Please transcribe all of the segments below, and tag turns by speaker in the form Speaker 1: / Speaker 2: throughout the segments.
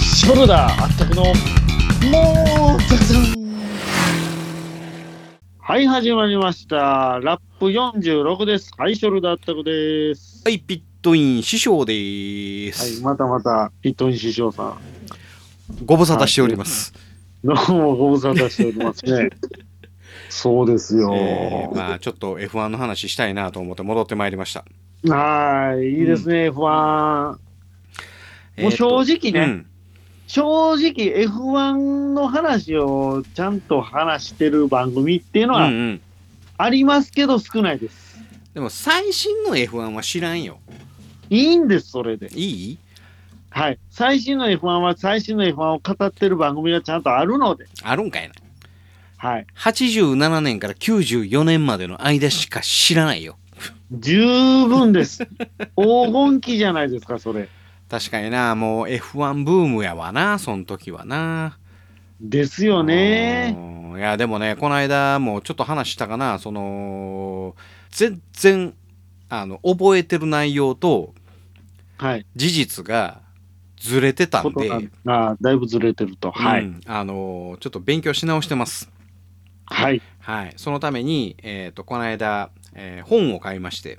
Speaker 1: ショルダー圧着の、もう、ザザンはい、始まりました。ラップ46です。はい、ショルダー圧着です。
Speaker 2: はい、ピットイン師匠でー
Speaker 1: はい、
Speaker 2: す。
Speaker 1: またまた、ピットイン師匠さん。
Speaker 2: ご無沙汰しております。
Speaker 1: どうもご無沙汰しておりますね。そうですよ。
Speaker 2: えーまあちょっと F1 の話したいなと思って戻ってまいりました。
Speaker 1: はい、いいですね、F1。もう正直ね、
Speaker 2: うん
Speaker 1: 正直 F1 の話をちゃんと話してる番組っていうの
Speaker 2: うんう
Speaker 1: は
Speaker 2: ん。
Speaker 1: ありますけど少ないです。
Speaker 2: でも最新の F1 は知らんよ。
Speaker 1: いいんです、それで。
Speaker 2: いい
Speaker 1: はい。最新の F1 は最新の F1 を語ってる番組がちゃんとあるので、
Speaker 2: あるんかいな。
Speaker 1: はい。
Speaker 2: 87年から94年までの間しか知らないよ。
Speaker 1: 十分 です。黄金期じゃないですか、それ。
Speaker 2: 確かにな、もう F1 ブームやわな、その時はな。
Speaker 1: ですよね。
Speaker 2: うんいやでもねこの間もちょっと話したかなその全然あの覚えてる内容と
Speaker 1: はい。
Speaker 2: 事実がずれてた
Speaker 1: こ
Speaker 2: ん
Speaker 1: と
Speaker 2: で、
Speaker 1: があだいぶずれてると。は
Speaker 2: う
Speaker 1: い。
Speaker 2: んあのちょっと勉強し直してます。
Speaker 1: はい。
Speaker 2: はい、そのために、えー、とこの間、えー本を買いまして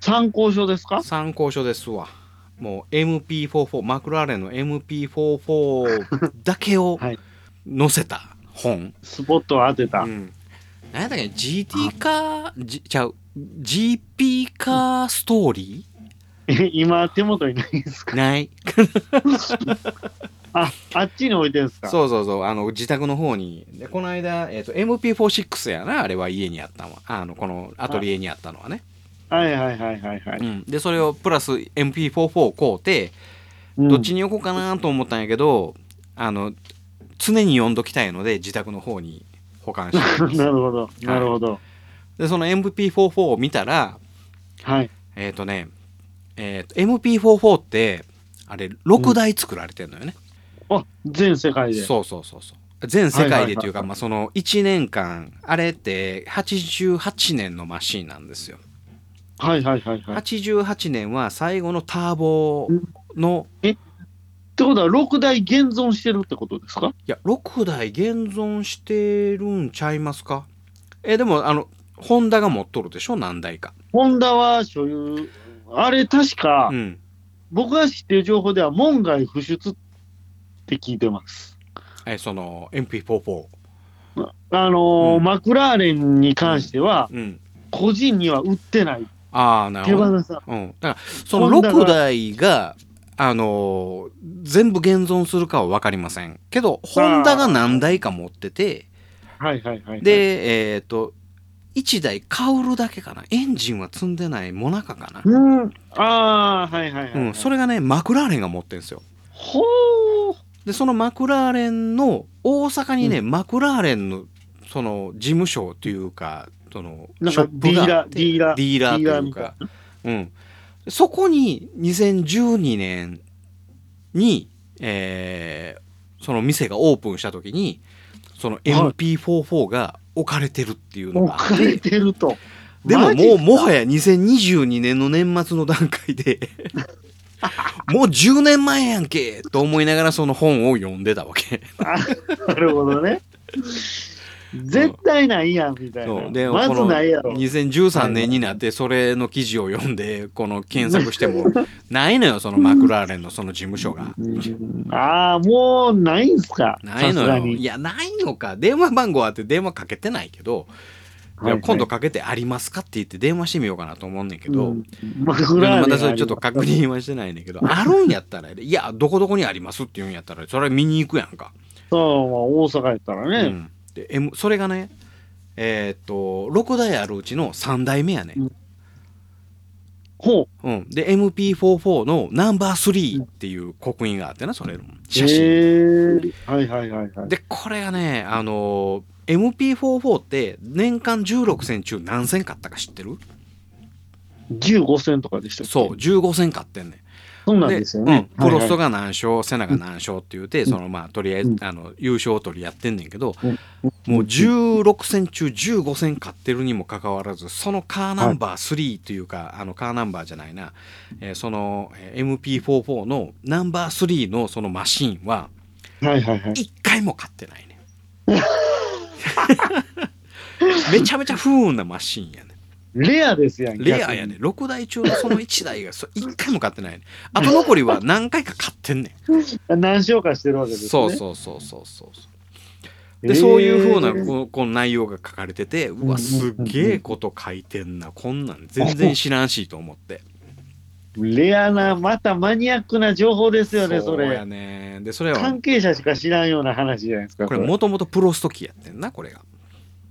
Speaker 1: 参考書ですか
Speaker 2: 参考書ですわもう MP44 マクラーレンの MP44 だけを
Speaker 1: はい
Speaker 2: 載せた本、
Speaker 1: スポットを当てた。
Speaker 2: うん、何やったっけ GT カーじちゃう GP カーストーリ
Speaker 1: 今、手元にないですか
Speaker 2: ーない
Speaker 1: あ、あっちに置いてるんですか
Speaker 2: そうそうそうあの自宅の方にでこの間、えー、と MP46 やなあれは家にあったのはあのこのアトリエにあったのはね、
Speaker 1: はいはいはいはいは
Speaker 2: う
Speaker 1: い。
Speaker 2: ん、でそれをプラス MP44 買うて
Speaker 1: うん
Speaker 2: どっちに置こうかなと思ったんやけど、あの常に読んどきたいので自宅の方に保管しておりま
Speaker 1: な
Speaker 2: す
Speaker 1: るほど、なるほど。
Speaker 2: でその MP44 を見たら
Speaker 1: はい。
Speaker 2: えっ、とね、えー、と MP44 ってあれ6台作られてるのよね、
Speaker 1: あ、全世界で。
Speaker 2: そうそうそうそう全世界
Speaker 1: はいはい
Speaker 2: でという
Speaker 1: はいは
Speaker 2: か
Speaker 1: い
Speaker 2: まあその1年間あれって88年のマシンなんですよ
Speaker 1: はいはいはいはい。っ
Speaker 2: 88年は最後のターボの
Speaker 1: てことは、6台現存してるってことですか
Speaker 2: いや6台現存してるんちゃいますかえでもあのホンダが持っとるでしょ何台か
Speaker 1: ホンダは所有、あれ確か、
Speaker 2: うん
Speaker 1: 僕が知ってる情報では、門外不出って聞いてます。
Speaker 2: えその MP44
Speaker 1: あのー
Speaker 2: うん
Speaker 1: マクラーレンに関しては、
Speaker 2: うん
Speaker 1: 個人には売ってない。
Speaker 2: ああな
Speaker 1: 手
Speaker 2: るほど
Speaker 1: 放さ。
Speaker 2: うん、だからその6台があのー全部現存するかは分かりませんけどホンダが何台か持ってて
Speaker 1: はいはいはい。、
Speaker 2: でえっ、と1台カウルだけかなエンジンは積んでないモナカかな、
Speaker 1: うん。ああ、はいはいはい、
Speaker 2: うん、そ
Speaker 1: れ、
Speaker 2: れがねマクラーレンが持ってるんですよ
Speaker 1: ほう。
Speaker 2: でそのマクラーレンの大阪にね、マクラーレンのその事務所というかその
Speaker 1: なんか
Speaker 2: ショップがあって
Speaker 1: ディーラー
Speaker 2: ディーラ
Speaker 1: デ
Speaker 2: ー
Speaker 1: ィーラー
Speaker 2: とい
Speaker 1: み
Speaker 2: う
Speaker 1: たい
Speaker 2: かうん、そこに2012年に、えーその店がオープンした時にその MP44 が置かれてるっていうのがあ
Speaker 1: 置
Speaker 2: っ
Speaker 1: か
Speaker 2: て、
Speaker 1: れてると。
Speaker 2: でも
Speaker 1: マジ
Speaker 2: もうもはや2022年の年末の段階でもう10年前やんけと思いながらその本を読んでたわけ。
Speaker 1: なるほどね。絶対ないやんみたい
Speaker 2: そう
Speaker 1: な。
Speaker 2: で
Speaker 1: ま
Speaker 2: こ
Speaker 1: ず
Speaker 2: の
Speaker 1: ないやろ。
Speaker 2: 2013年になってそれの記事を読んでこの検索してもないのよそのマクラーレンのその事務所が。
Speaker 1: ああ、もうないんすか。
Speaker 2: ない
Speaker 1: さ
Speaker 2: の
Speaker 1: すが
Speaker 2: よ。
Speaker 1: に
Speaker 2: いやないのか電話番号あって電話かけてないけど、いや
Speaker 1: はいはい
Speaker 2: 今度かけてありますかって言って電話してみようかなと思うんだけど、
Speaker 1: うんマ
Speaker 2: い
Speaker 1: ク
Speaker 2: や
Speaker 1: ラーレンあります
Speaker 2: またそれちょっと確認はしてないんだけどあるんやったらいやどこどこにありますって言うんやったらそれ見に行くやんか。
Speaker 1: そう、まあ大阪やったら
Speaker 2: う
Speaker 1: ね。
Speaker 2: んで M それがねえーっと6台あるうちの3台目やね。
Speaker 1: ほう。
Speaker 2: うん、で MP44 のナンバー3っていう刻印があってなそれの写真、
Speaker 1: えーはいはいはいはい。
Speaker 2: でこれがねあのー MP44 って年間16戦中何戦買ったか知ってる
Speaker 1: 15戦とかでしたっけ
Speaker 2: そう15戦買ってんね
Speaker 1: そうなんですよ
Speaker 2: う
Speaker 1: ね
Speaker 2: ん。プロスト
Speaker 1: が。
Speaker 2: が何勝、セナが何勝って言うて、そのまあとりあえず、
Speaker 1: うん
Speaker 2: あの優勝取りやってんねんけど、
Speaker 1: ん
Speaker 2: もう16戦中15戦勝ってるにもかかわらず、そのカーナンバー3というか、あのカーナンバーじゃないな、えーそのえー MP44 のナンバー3のそのマシンは、
Speaker 1: はいはいはい。
Speaker 2: 1回も勝ってないねん。 めちゃめちゃ不運なマシンやねん
Speaker 1: レアですやん。
Speaker 2: レアやね。6台中のその1台がそう1回も勝ってないねあと残りは何回か勝ってんね
Speaker 1: 逆に。何勝かしてるわけ
Speaker 2: ん
Speaker 1: ですね。
Speaker 2: そうそうそうそうそうでそういうふうなこうこの内容が書かれててうわすっげえこと書いてんなこんなん全然知らんしと思って
Speaker 1: レアな、またマニアックな情報ですよね、そうれ
Speaker 2: や。ねでそれは
Speaker 1: 関係者しか知らんような話じゃないですか。
Speaker 2: これもともとプロストキーやってんなこれが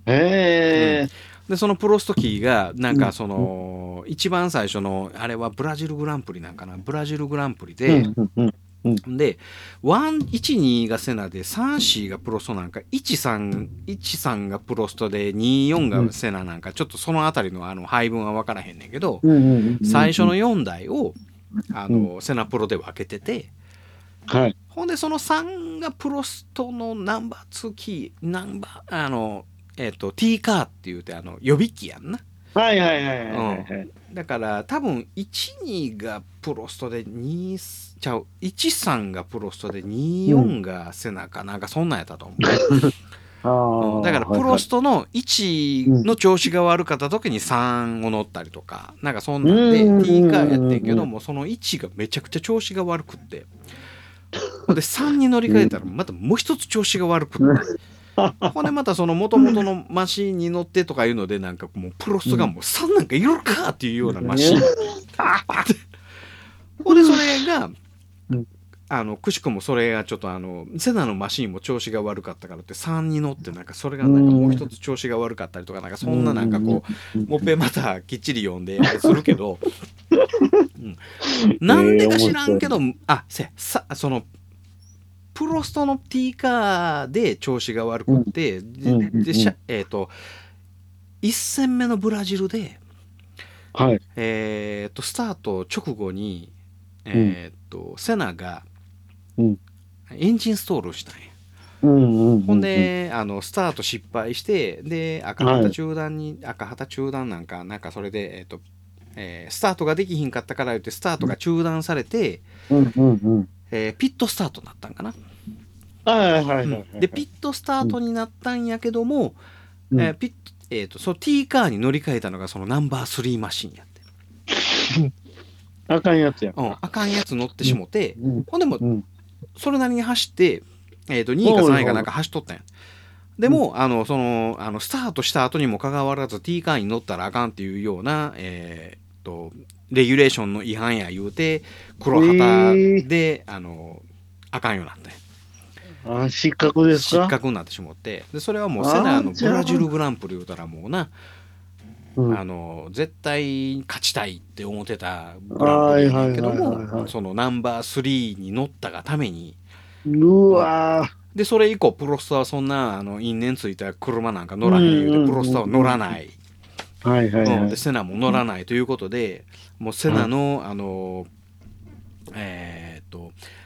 Speaker 1: へえ。
Speaker 2: でそのプロストキーがなんかその一番最初のあれはブラジルグランプリなんかなブラジルグランプリで、
Speaker 1: うんうんうん
Speaker 2: で112がセナで34がプロストなんか1313がプロストで24がセナなんかちょっとその辺りのあの配分は分からへんねんけど
Speaker 1: うんうんうんうん
Speaker 2: 最初の4台をあのセナプロで分けてて
Speaker 1: はい。
Speaker 2: ほんでその3がプロストのナンバー2キーナンバーあのえっと T カーって言うてあの予備機やんな
Speaker 1: はいはいはいはいはいはい。
Speaker 2: だから多分12がプロストで2ちゃう13がプロストで24が背中、なんかそんなんやったと思う、
Speaker 1: あ
Speaker 2: うん
Speaker 1: あ
Speaker 2: だからプロストの1の調子が悪かった時に3を乗ったりとかなんかそんなんで
Speaker 1: うん
Speaker 2: T カーやってんけ
Speaker 1: う
Speaker 2: ど
Speaker 1: ん
Speaker 2: もうその1がめちゃくちゃ調子が悪くってほんで3に乗り換えたらまたもう一つ調子が悪くってほんでまたその元々のマシンに乗ってとかいうのでなんかもうプロストがもう3なんかいるかっていうようなマシン ほんでそれが
Speaker 1: うん
Speaker 2: あのくしくもそれがちょっとあのセナのマシンも調子が悪かったからって3に乗ってなんかそれがなんかもう一つ調子が悪かったりとかなんかそんななんかこうもっぺんまたきっちり読んであれするけど、 うん、なんでか知らんけど、あせやさそのプロストの T カーで調子が悪くって、
Speaker 1: うん
Speaker 2: で
Speaker 1: うん
Speaker 2: でしゃえっ、と1戦目のブラジルで、
Speaker 1: はい。
Speaker 2: えーっとスタート直後に、えーっとセナが、
Speaker 1: うん
Speaker 2: エンジンストールしたんや、
Speaker 1: うんうんうん。
Speaker 2: ほん、であのスタート失敗してで赤旗中断に、赤旗中断なんかなんかそれで、えーっとえースタートができひんかったから言ってスタートが中断されて、
Speaker 1: うんうんうん。
Speaker 2: えーピットスタートになったんかな、
Speaker 1: はいはいはいは
Speaker 2: うん
Speaker 1: い。
Speaker 2: でピットスタートになったんやけども、
Speaker 1: うん
Speaker 2: えーピットえーっとその T カーに乗り換えたのがそのナンバー3マシンやって、
Speaker 1: あかんやつやん。
Speaker 2: うん、あかんやつ乗ってしもて、
Speaker 1: うん
Speaker 2: ほんでも
Speaker 1: うん。
Speaker 2: それなりに走って、えー、と2位か3位かなんか走っとったんや。でも、あの、その、あの、スタートした後にもかかわらず T カーに乗ったらあかんっていうような、えー、と、レギュレーションの違反や言うて、黒旗で、あの、あかんようになったんや
Speaker 1: あ失格です
Speaker 2: 失
Speaker 1: か
Speaker 2: 格になってしまって、で、それはもう
Speaker 1: あー
Speaker 2: セナの
Speaker 1: じ
Speaker 2: ブ
Speaker 1: ゃあ
Speaker 2: ラジルグランプリ言うたらもうな、
Speaker 1: うん
Speaker 2: あの、絶対勝ちたいって思ってたグランプリやねんけど
Speaker 1: はいはいはいはいは
Speaker 2: も、
Speaker 1: い
Speaker 2: そのナンバー3に乗ったがために、
Speaker 1: うわー
Speaker 2: でそれ以降プロスターはそんなあの因縁ついた車なんか乗らへん言うて、
Speaker 1: うんうんうん
Speaker 2: プロスターは乗らない、
Speaker 1: はいはい
Speaker 2: うん
Speaker 1: は
Speaker 2: で
Speaker 1: い。
Speaker 2: セナも乗らないということで、もうセナの、あのえーっと、えー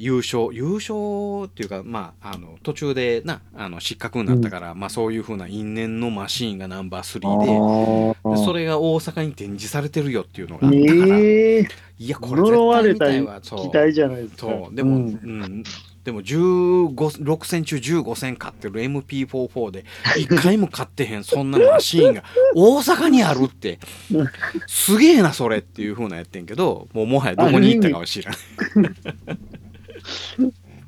Speaker 2: 優勝優勝っていうか、まあ、あの途中でなあの失格になったから、まあ、そういうふうな因縁のマシーンがナンバー3で。でそ
Speaker 1: れ
Speaker 2: れが大阪に展示されてるよっていうのがあったから、
Speaker 1: ええ
Speaker 2: いやこれ
Speaker 1: 呪
Speaker 2: 絶
Speaker 1: わ
Speaker 2: 対
Speaker 1: れ
Speaker 2: 見
Speaker 1: た
Speaker 2: たい
Speaker 1: 期
Speaker 2: わそう
Speaker 1: 待じゃないですか。
Speaker 2: そうでも、うん
Speaker 1: ん
Speaker 2: でも6戦中15戦勝ってる MP44 で1回も勝ってへんそんなマシーンが大阪にあるって
Speaker 1: うん
Speaker 2: すげえなそれっていう風なやってんけどもうもはやどこに行ったかは知らない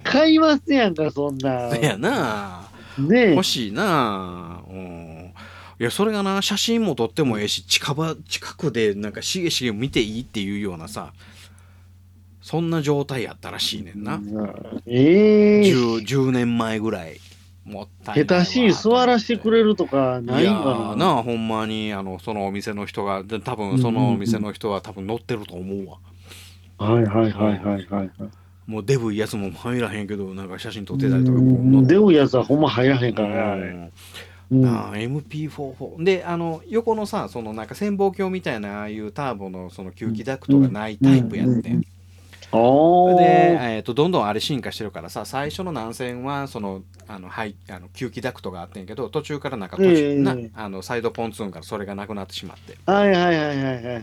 Speaker 1: 買いますやんか、そんな。
Speaker 2: やな
Speaker 1: ね
Speaker 2: 欲しいなうんいやそれがな写真も撮ってもええし近場近くでなんかしげしげ見ていいっていうようなさそんな状態やったらしいねんな
Speaker 1: ええ
Speaker 2: 10, 10年前ぐらいもったいない
Speaker 1: 下手しい座らしてく
Speaker 2: る
Speaker 1: れるとかないん
Speaker 2: や
Speaker 1: か
Speaker 2: ー
Speaker 1: な。
Speaker 2: なあほんまにあのそのお店の人がで多分そのお店の人は多分乗ってると思うわ
Speaker 1: はいはいはいはいはい。
Speaker 2: もうデブいやつも入らへんけどなんか写真撮ってたりとかもう乗っ
Speaker 1: 出
Speaker 2: て
Speaker 1: るやつはほんま早へんから
Speaker 2: う
Speaker 1: ね、
Speaker 2: ん
Speaker 1: あれ。
Speaker 2: ああ MP44 であの横のさそのなんか潜望鏡みたいなああいうターボのその吸気ダクトがないタイプやってん
Speaker 1: お
Speaker 2: で、
Speaker 1: ー。
Speaker 2: えー、とどんどんあれ進化してるからさ最初の南線はそのあの、はい、あの吸気ダクトがあってんけど途中からなんか途中、
Speaker 1: ええ
Speaker 2: なあのサイドポンツーンからそれがなくなってしまって
Speaker 1: はいはいはいはいはいはい。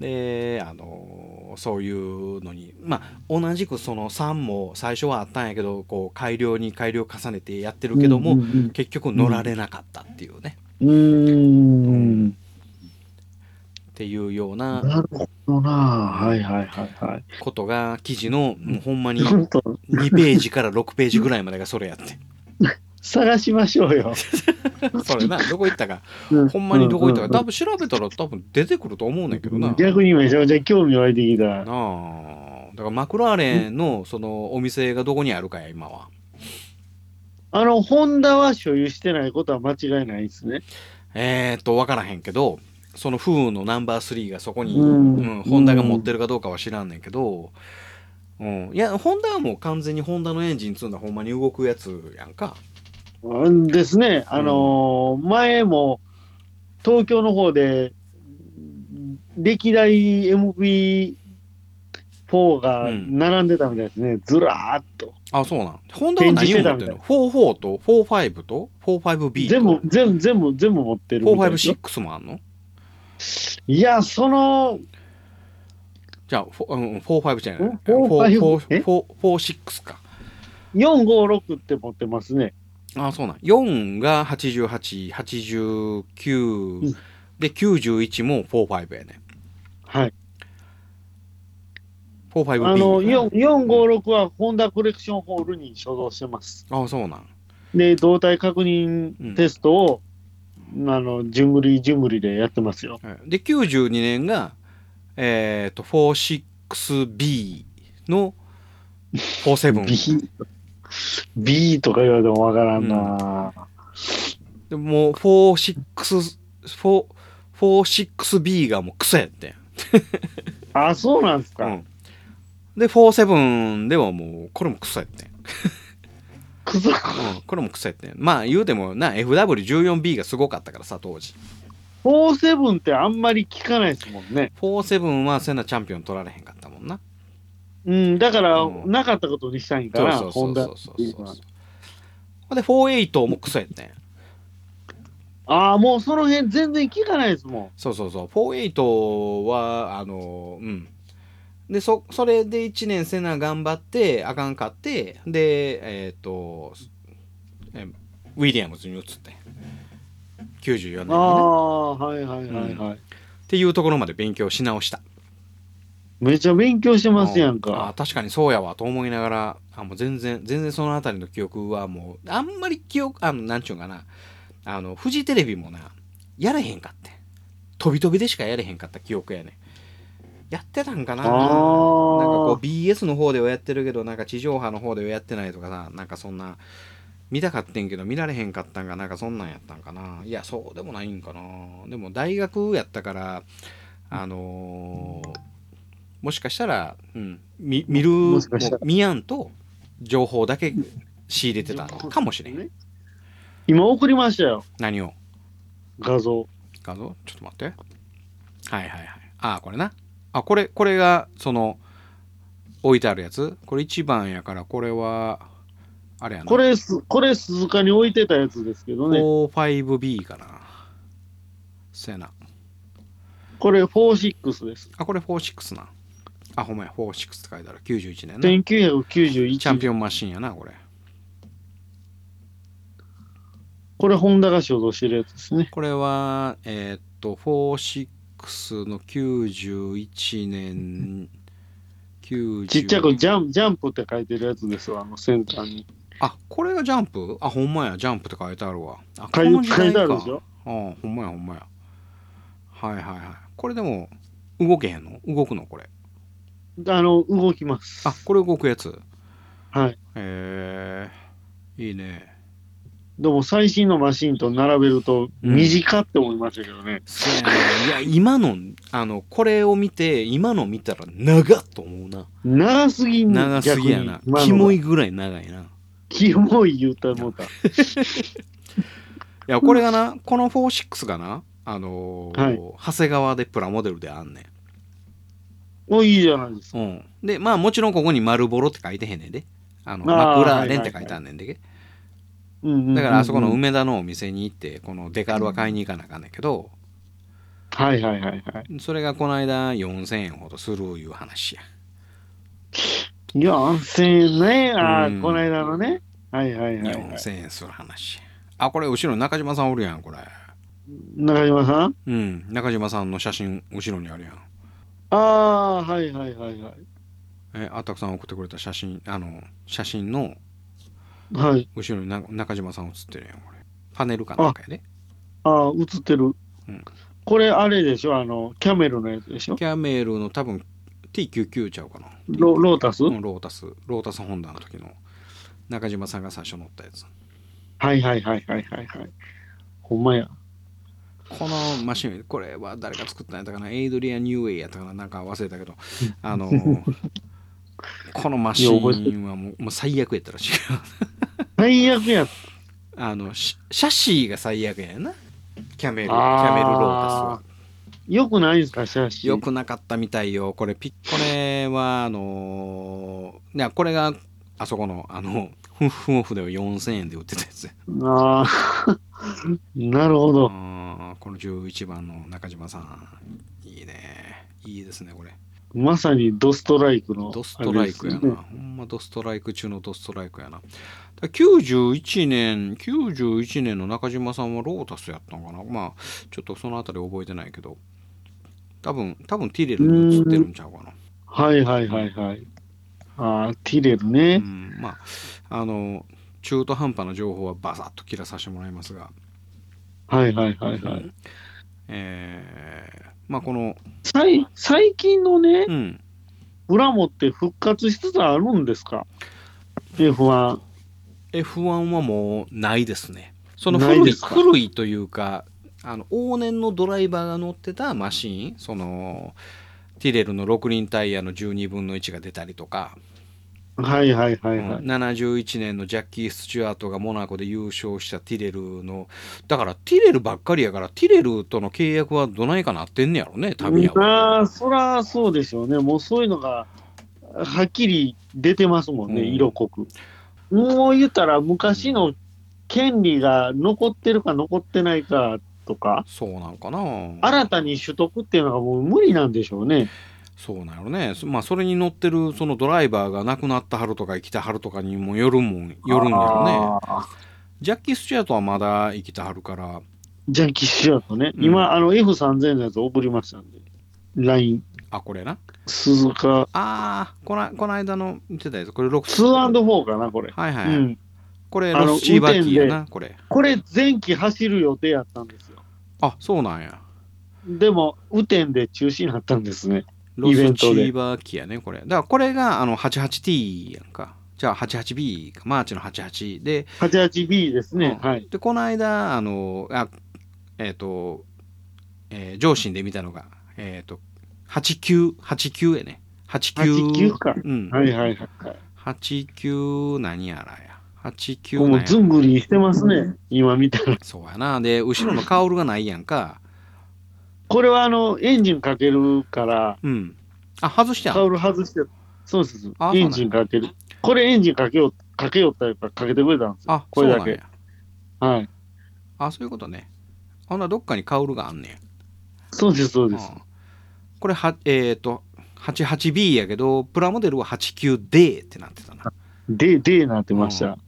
Speaker 2: で、あのーそういうのにまあ同じくその3も最初はあったんやけどこう改良に改良重ねてやってるけども、
Speaker 1: うんうん
Speaker 2: 結局乗られなかったっていうね、
Speaker 1: うん。う
Speaker 2: っていうよう
Speaker 1: ー。
Speaker 2: なん
Speaker 1: なるほどな。はいはいはいはい。
Speaker 2: ことが記事のもうほんまに
Speaker 1: ちょっと
Speaker 2: 2ページから6ページぐらいまでがそれやって
Speaker 1: 探しましょうよ。
Speaker 2: それなどこ行ったか
Speaker 1: う
Speaker 2: ほんまにどこ行った
Speaker 1: う
Speaker 2: か、
Speaker 1: んうん
Speaker 2: 多分調べたら多分出てくると思うねんけどな。な
Speaker 1: 逆にめちゃめちゃ興味湧いてきた。
Speaker 2: あ。だからマクラーレンのそのお店がどこにあるかや、今は。
Speaker 1: あの、ホンダは所有してないことは間違いないですね。
Speaker 2: えー、っと、わからへんけど、そのフーのナンバー3がそこに、う
Speaker 1: うんん
Speaker 2: ホンダが持ってるかどうかは知らんねんけど、うん、いや、ホンダはもう完全にホンダのエンジン積んだほんまに動くやつやんか。
Speaker 1: うんですね。あのー前も、東京の方で、歴代 MP4 が並んでたみたいですね。ずらーっと。
Speaker 2: あ、そうなん。ホンダは何を持ってるの ?44 と45と 45B と
Speaker 1: 全部、全部、全部、全部持ってるみたいですよ。
Speaker 2: 456もあんの
Speaker 1: いや、その、
Speaker 2: じゃあ、フォうん45じゃな
Speaker 1: え
Speaker 2: い。
Speaker 1: 45え
Speaker 2: 46か。
Speaker 1: 456って持ってますね。
Speaker 2: あそうなん4が8889、
Speaker 1: うん
Speaker 2: で91も45やね
Speaker 1: はい。あ
Speaker 2: 45B
Speaker 1: の、4 456はホンダコレクションホールに所蔵してます。
Speaker 2: あそうなん
Speaker 1: で、動体確認テストを、あの、順繰り順繰りでやってますよ。
Speaker 2: はいで92年がえっ、ー、と 46B の 47
Speaker 1: B, B とか言われてもわからんな、
Speaker 2: でもう 46, 4 46B がもうクソやってん
Speaker 1: あ、そうなんですか。
Speaker 2: うんで47ではもうこれもクソやってん
Speaker 1: クソ
Speaker 2: うん、これも癖やってんまあ言うてもな FW14B がすごかったからさ当時
Speaker 1: 47ってあんまり聞かないですもんね。
Speaker 2: 47はセナチャンピオン取られへんかったもんな
Speaker 1: うん、だから、
Speaker 2: うん
Speaker 1: なかったことにしたいんか
Speaker 2: そう
Speaker 1: ら、
Speaker 2: そうそ
Speaker 1: ホン
Speaker 2: う
Speaker 1: ダ
Speaker 2: そ
Speaker 1: っ
Speaker 2: うそう
Speaker 1: ていうのは。
Speaker 2: ほんで48も癖やってん
Speaker 1: ああ、もうその辺全然聞かないですも
Speaker 2: そうそうそう48はあのうんでそそれで1年セナ頑張ってあかんかってでえっ、とえウィリアムズに移って94年に
Speaker 1: ん。あ
Speaker 2: ね
Speaker 1: あ、はいはいはいはい。
Speaker 2: っていうところまで勉強し直した
Speaker 1: めちゃ勉強してますやん
Speaker 2: ああ
Speaker 1: か。
Speaker 2: 確かにそうやわと思いながらあもう全然全然そのあたりの記憶はもうあんまり記憶あのなんちゅうんかなあのフジテレビもなやれへんかってん飛び飛びでしかやれへんかった記憶やねんやってたんかな
Speaker 1: あ
Speaker 2: なんかこ
Speaker 1: あ
Speaker 2: う BS の方ではやってるけどなんか地上波の方ではやってないとかさなんかそんな見たかってんけど見られへんかったんかなんかそんなんやったんかないやそうでもないんかなでも大学やったからあのーもしかしたら、うん、み見る
Speaker 1: もしかしたら
Speaker 2: もう見やんと情報だけ仕入れてたのかもしれん
Speaker 1: ね今送りましたよ、
Speaker 2: 何を
Speaker 1: 画像。
Speaker 2: 画像ちょっと待ってはいはいはいああこれなあこれこれがその置いてあるやつこれ1番やからこれはあれやな
Speaker 1: これす、これ鈴鹿に置いてたやつですけどね。
Speaker 2: 45B かなせやな
Speaker 1: これ46です。
Speaker 2: あこれ46なあほんまや46って書いてある91年な
Speaker 1: 1991。
Speaker 2: チャンピオンマシンやなこれ
Speaker 1: これ、ホンダが所蔵してるやつですね。
Speaker 2: これはえーっと46の91年90
Speaker 1: ちっちゃくジャンジャンプって書いてるやつですわ、あの先端に。
Speaker 2: あこれがジャンプあほんまやジャンプって書いてあるわあ
Speaker 1: 書
Speaker 2: この
Speaker 1: い
Speaker 2: 時
Speaker 1: 書いて
Speaker 2: 代か
Speaker 1: あるでしょ
Speaker 2: あほんまやほんまやはいはいはいこれでも動けへんの動くのこれ
Speaker 1: あの、動きます。
Speaker 2: あこれ動くやつ
Speaker 1: はい。
Speaker 2: へえいいね
Speaker 1: でも最新のマシンと並べると
Speaker 2: うん
Speaker 1: 短って思いましたけどね。
Speaker 2: そうやねいや今のあのこれを見て今の見たら長っと思うな
Speaker 1: 長すぎん
Speaker 2: 長すぎやな
Speaker 1: 逆に今のが
Speaker 2: キモいぐらい長いない
Speaker 1: キモい言うたもうた。
Speaker 2: やこれがなこの46がなあのー
Speaker 1: はい
Speaker 2: 長谷川でプラモデルであんねん
Speaker 1: お、いいじゃないですか。
Speaker 2: うん、でまあもちろんここに「丸ボロ」って書いてへんねんであの
Speaker 1: あー
Speaker 2: 枕連って書いてあんねんで、
Speaker 1: うんうんうんうん
Speaker 2: だからあそこの梅田のお店に行ってこのデカールは買いに行かなあかんねんけど
Speaker 1: はいはいはいは
Speaker 2: それがこの間4000円ほどするいう話や
Speaker 1: い。4000円ね。ああ、
Speaker 2: うん
Speaker 1: この間のね。はいはいはい、はい。
Speaker 2: 4000円する話やあこれ後ろに中島さんおるやんこれ
Speaker 1: 中島さん
Speaker 2: うん中島さんの写真後ろにあるやん
Speaker 1: ああ、はいはいはいはい。
Speaker 2: えあったくさん送ってくれた写真あの写真の
Speaker 1: はい。
Speaker 2: 後ろにな中島さん写ってるやんこれパネルかなんかやで
Speaker 1: ああ、映ってる。
Speaker 2: うん
Speaker 1: これあれでしょあの、キャメルのやつでしょ
Speaker 2: キャメルの多分 T99 ちゃうかな
Speaker 1: ロロータス、
Speaker 2: うんロータスロータスホンダの時の中島さんが最初乗ったやつ
Speaker 1: はいはいはいはいはいはい。ほんまや。
Speaker 2: このマシンこれは誰が作ったんやったかなエイドリアン・ニューウェイやったかななんか忘れたけどあのこのマシンはもうもう最悪やったらしい
Speaker 1: 最悪や。
Speaker 2: あのシシャシーが最悪やなキャメルキ
Speaker 1: あー
Speaker 2: ャメルロータスは
Speaker 1: よくないですか、写真。
Speaker 2: よ。くなかったみたいよこれピッこれはあのーいやこれがあそこのあのフンフンオフでは4000円で売ってたやつ
Speaker 1: ああ、 なるほど。
Speaker 2: あーこの11番の中島さんいいねいいですねこれ
Speaker 1: まさにドストライクの。
Speaker 2: ドストライク
Speaker 1: あ
Speaker 2: やな、
Speaker 1: れですね
Speaker 2: ほんまドストライク中のドストライクやなだから91年91年の中島さんはロータスやったのかなまあちょっとそのあたり覚えてないけど多分多分ティレルに映ってるんちゃうかな
Speaker 1: はいはいはいはい。ああ、ティレル
Speaker 2: う
Speaker 1: ね。
Speaker 2: んまああの中途半端な情報はバサッと切らさせてもらいますが
Speaker 1: はいはいはいはい。
Speaker 2: えー、まあこの
Speaker 1: さい最近のね、
Speaker 2: うん
Speaker 1: 裏もって復活しつつあるんですか ?F1。
Speaker 2: F1 はもうないですね。その
Speaker 1: ない
Speaker 2: 古い
Speaker 1: ですか
Speaker 2: 古いというかあの往年のドライバーが乗ってたマシーンそのティレルの6輪タイヤの12分の1が出たりとか、
Speaker 1: はいはいはいは
Speaker 2: う
Speaker 1: い。
Speaker 2: ん71年のジャッキー・スチュアートがモナコで優勝したティレルのだからティレルばっかりやからティレルとの契約はどないかなってんねやろねタミヤは。
Speaker 1: まあ、そらそうでしょうね。もうそういうのが、はっきり出てますもんね、
Speaker 2: うん
Speaker 1: 色濃く。もう言ったら、昔の権利が残ってるか残ってないかとか、
Speaker 2: そうなんかな
Speaker 1: 新たに取得っていうのがもう無理なんでしょうね。
Speaker 2: そうなのね、そまあ、それに乗ってるそのドライバーが亡くなったはるとか生きたはるとかにもよるもんよるんだよね
Speaker 1: あー
Speaker 2: ジャッキー・スチュアートはまだ生きたはるから
Speaker 1: ジャンキーシュアとね、
Speaker 2: うん
Speaker 1: 今、あの F3000 のやつ送りましたんで、LINE、
Speaker 2: あこれな
Speaker 1: 鈴鹿、
Speaker 2: あーこなこの間の見てたやつこれ6
Speaker 1: 2&4 かな、これ。
Speaker 2: はいは
Speaker 1: う
Speaker 2: い、
Speaker 1: ん。
Speaker 2: これ
Speaker 1: あの
Speaker 2: ロスチーバーキーやなこれ
Speaker 1: これ、前期走る予定やったんですよ。
Speaker 2: あそうなんや
Speaker 1: でも、雨天で中止になったんですね。
Speaker 2: ロス
Speaker 1: イベン
Speaker 2: チ
Speaker 1: トで
Speaker 2: ーバーキーやねこれだからこれがあの 88T やんかじゃあ 88B かマーチの88で
Speaker 1: 88B ですね。
Speaker 2: うん
Speaker 1: はい。
Speaker 2: でこの間あのあえっ、と、えー上司で見たのがえっ、と8989やね
Speaker 1: 89
Speaker 2: 89
Speaker 1: か。
Speaker 2: うん、
Speaker 1: はいはいはい。
Speaker 2: 89何やらや89
Speaker 1: も
Speaker 2: 何
Speaker 1: う
Speaker 2: や
Speaker 1: ずんぐりしてますね。今見たら。
Speaker 2: そうやなで後ろのカウルがないやんか
Speaker 1: これは、あの、エンジンかけるから、
Speaker 2: うんあ外してや
Speaker 1: タ
Speaker 2: ん
Speaker 1: オル外して、そうです
Speaker 2: あ。そうなんや
Speaker 1: エンジンかける。これ、エンジンかけよう、かけようったらかけてくれたんですよ。
Speaker 2: あ
Speaker 1: これだ
Speaker 2: そうなん
Speaker 1: け。
Speaker 2: や
Speaker 1: はい。
Speaker 2: あそういうことねほんならどっかにカウルがあんねん
Speaker 1: そうです、そうです
Speaker 2: う。んこれはえっ、と 88B やけどプラモデルは 89D ってなってたな
Speaker 1: で、でなってまし
Speaker 2: うん
Speaker 1: た。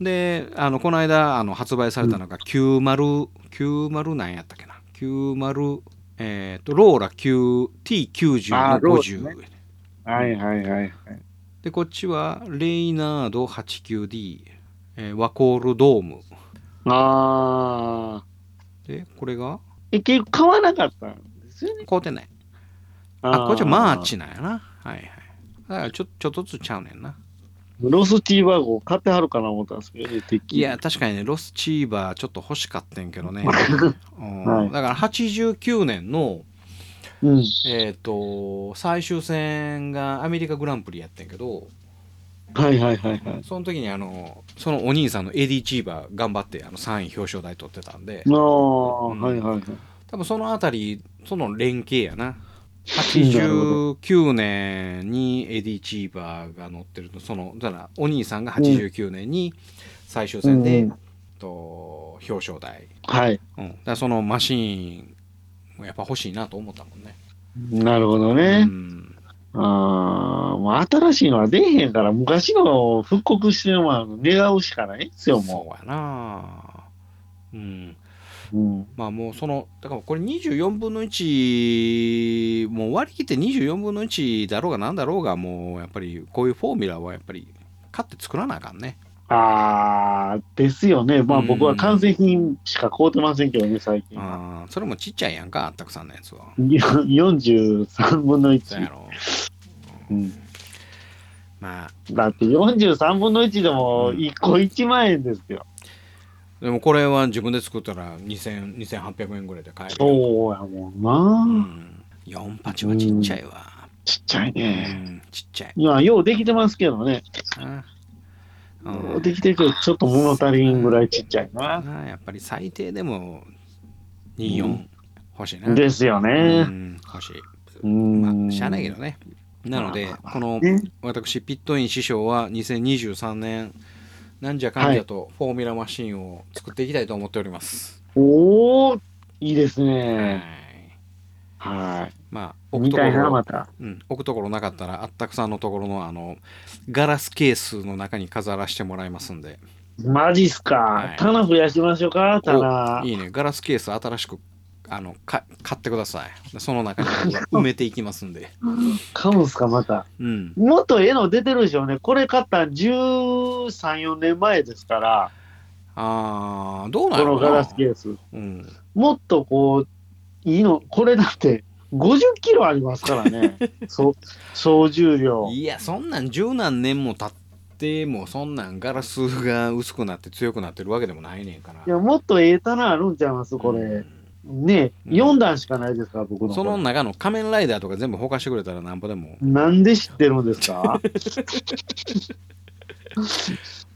Speaker 2: であのこの間あの発売されたのが9090、90なんやったっけな90えっ、とローラ 9T90
Speaker 1: あーロ
Speaker 2: の
Speaker 1: ー
Speaker 2: 50
Speaker 1: ラはいはいはいはい。
Speaker 2: でこっちはレイナード 89D、えーワコールドーム
Speaker 1: ああ。
Speaker 2: でこれが
Speaker 1: え、結局買わなかったんですよね。
Speaker 2: 買うてないあこっちはマー。チなんやなはいはいだからちょちょっとずつちゃうねんな
Speaker 1: ロスチーバー号買ってはるかな思ったんですけどね、てっき
Speaker 2: い
Speaker 1: り
Speaker 2: や、確かにねロスチーバーちょっと欲しかったんけど ね、うん
Speaker 1: はい
Speaker 2: だから89年の
Speaker 1: うん。
Speaker 2: えっ、と最終戦がアメリカグランプリやってんけど
Speaker 1: はいはいはいはい。
Speaker 2: その時にあのそのお兄さんのエディ・チーバー頑張ってあの3位表彰台取ってたんで
Speaker 1: ああ、
Speaker 2: うん
Speaker 1: はいはいはい。
Speaker 2: 多分そのあたりその連携やな89年にエディ・チーバーが乗ってるとそのだからお兄さんが89年に最終戦で、
Speaker 1: うん
Speaker 2: と表彰台、
Speaker 1: はい。
Speaker 2: うん、だからそのマシーンもやっぱ欲しいなと思ったもんね。
Speaker 1: なるほど
Speaker 2: う
Speaker 1: ね。
Speaker 2: ん、
Speaker 1: ああ、もう新しいのは出えへんから、昔のを復刻してるのは願うしかないんですよ、も
Speaker 2: そうやな、うん、
Speaker 1: う。うん。
Speaker 2: まあもうそのだからこれ24分の1もう割り切って24分の1だろうがなんだろうがもうやっぱりこういうフォーミュラはやっぱり勝って作らなあかんね。
Speaker 1: ああ、ですよね。まあ
Speaker 2: うん
Speaker 1: 僕は完成品しか買うてませんけどね、最近。
Speaker 2: あーそれもちっちゃいやんかあったくさんのやつは。
Speaker 1: 43分の
Speaker 2: そうや
Speaker 1: 1。
Speaker 2: ろ
Speaker 1: うん
Speaker 2: まあ
Speaker 1: だって43分の1でも
Speaker 2: うん
Speaker 1: 1個1万円ですよ。
Speaker 2: でもこれは自分で作ったら2000 2800円ぐらいで買えるよ。
Speaker 1: そうやもんな、
Speaker 2: うん、48はちっちゃいわ。
Speaker 1: ちっちゃいうね。
Speaker 2: ん、ちっちゃい
Speaker 1: いや、ようできてますけどね。
Speaker 2: な。う
Speaker 1: ようんできてるけど、ちょっと物足りんぐらいちっちゃいな。
Speaker 2: なあやっぱり最低でも24、
Speaker 1: うん
Speaker 2: 欲しいな。
Speaker 1: ですよ
Speaker 2: う
Speaker 1: ね。
Speaker 2: ん、欲しい。
Speaker 1: うん。
Speaker 2: まあ、しゃあないけどね。なので
Speaker 1: まあ、
Speaker 2: この
Speaker 1: ね
Speaker 2: 私、ピットイン師匠は2023年、なんじゃかんじゃとフォーミュラマシンを作っていきたいと思っております。
Speaker 1: おおいいです
Speaker 2: はい
Speaker 1: ね。。は
Speaker 2: まあ、
Speaker 1: い。
Speaker 2: 置く
Speaker 1: み
Speaker 2: とこ
Speaker 1: たいな、
Speaker 2: ろ
Speaker 1: ま、た。
Speaker 2: うん、置くところなかったら、あったくさんのところの、あの、ガラスケースの中に飾らせてもらいますんで。
Speaker 1: マジっす
Speaker 2: は
Speaker 1: か
Speaker 2: い。
Speaker 1: 棚増やしましょうか、棚。
Speaker 2: いいね、ガラスケース新しくあのか買ってください。その中に僕が埋めていきますんで。
Speaker 1: 買うんすか、また。
Speaker 2: うん。
Speaker 1: もっと絵の出てるでしょうね。これ買ったん13、4年前ですから、
Speaker 2: ああ、どう
Speaker 1: こ
Speaker 2: なの
Speaker 1: の
Speaker 2: か
Speaker 1: ガ
Speaker 2: な
Speaker 1: ラスケース。
Speaker 2: うん。
Speaker 1: もっとこう、いいの、これだって50キロありますから ね。そう、総重量。
Speaker 2: いや、そんなん十何年も経っても、そんなんガラスが薄くなって強くなってるわけでもないねんから。
Speaker 1: いや、もっとええ棚あるんちゃいますこ
Speaker 2: う
Speaker 1: れ。
Speaker 2: ん
Speaker 1: ね
Speaker 2: うん
Speaker 1: 4段しかないですから、僕の。
Speaker 2: その中の仮面ライダーとか全部ほかしてくれたらなんぼでも、
Speaker 1: なんで知ってるんです か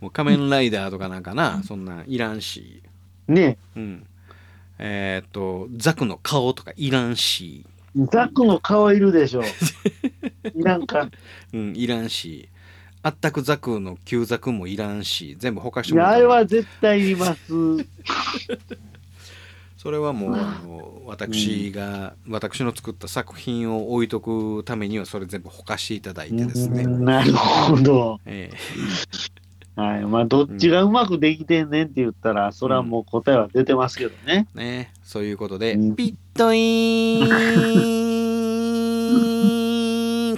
Speaker 2: もう仮面ライダーとかなんかな、そんなんいらんし。
Speaker 1: ね
Speaker 2: うん。えーっと、ザクの顔とかいらんし。
Speaker 1: ザックの顔いるでし ょ。なんか、
Speaker 2: うん、いらんし、あったくざくの旧ざくもいらんし、全部ほかし
Speaker 1: い
Speaker 2: ても
Speaker 1: や、あ
Speaker 2: らった
Speaker 1: れ
Speaker 2: ら
Speaker 1: は絶対います。
Speaker 2: それはもう、あの私が、私の作った作品を置いとくためには、それ全部ほかしていただいてですね。
Speaker 1: うんなるほど。
Speaker 2: ええ
Speaker 1: はい、まあ、どっちがうまくできてんねんって言ったら、それはもう答えは出てますけどね。
Speaker 2: ね、そういうことで、
Speaker 1: うん
Speaker 2: ピットイーン、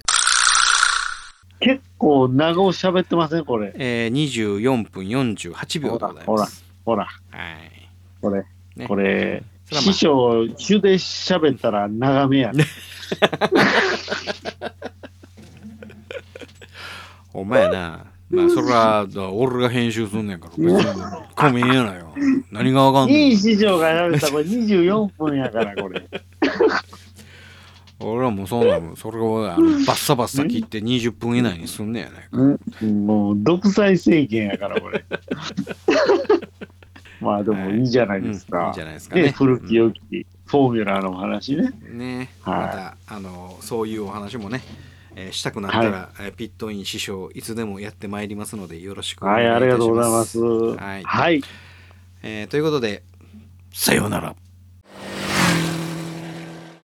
Speaker 1: 結構長尾喋ってません、これ。
Speaker 2: えー、24分48秒でござい
Speaker 1: ほ
Speaker 2: ま
Speaker 1: ら
Speaker 2: す。
Speaker 1: ほら、
Speaker 2: はい。
Speaker 1: これ、
Speaker 2: ね
Speaker 1: これ、
Speaker 2: それはま
Speaker 1: 師匠、主で喋ったら長めや。
Speaker 2: あ、お前な。まあ、それは、俺が編集すんねんから、別に、ごめんやなよ。何がわかんね
Speaker 1: い
Speaker 2: ん
Speaker 1: い。師匠が喋ったら、これ24分やから、これ。
Speaker 2: 俺はもうそうなの。それをあのバッサバッサ切って20分以内にすんねやないか。
Speaker 1: うんもう、独裁政権やから、これ。 まあ、でもいいじゃないです
Speaker 2: うんいい
Speaker 1: か
Speaker 2: じ。ゃないですかね。
Speaker 1: ね、古き良きフォーミュラーの話ね。
Speaker 2: うんね、
Speaker 1: はい
Speaker 2: またあのそういうお話もね、えーしたくなったら、えーピットイン師匠いつでもやってまいりますのでよろしくお
Speaker 1: は
Speaker 2: 願い
Speaker 1: い、
Speaker 2: いたします。
Speaker 1: ありがとうございます。
Speaker 2: はい
Speaker 1: はい
Speaker 2: えーということでさようなら。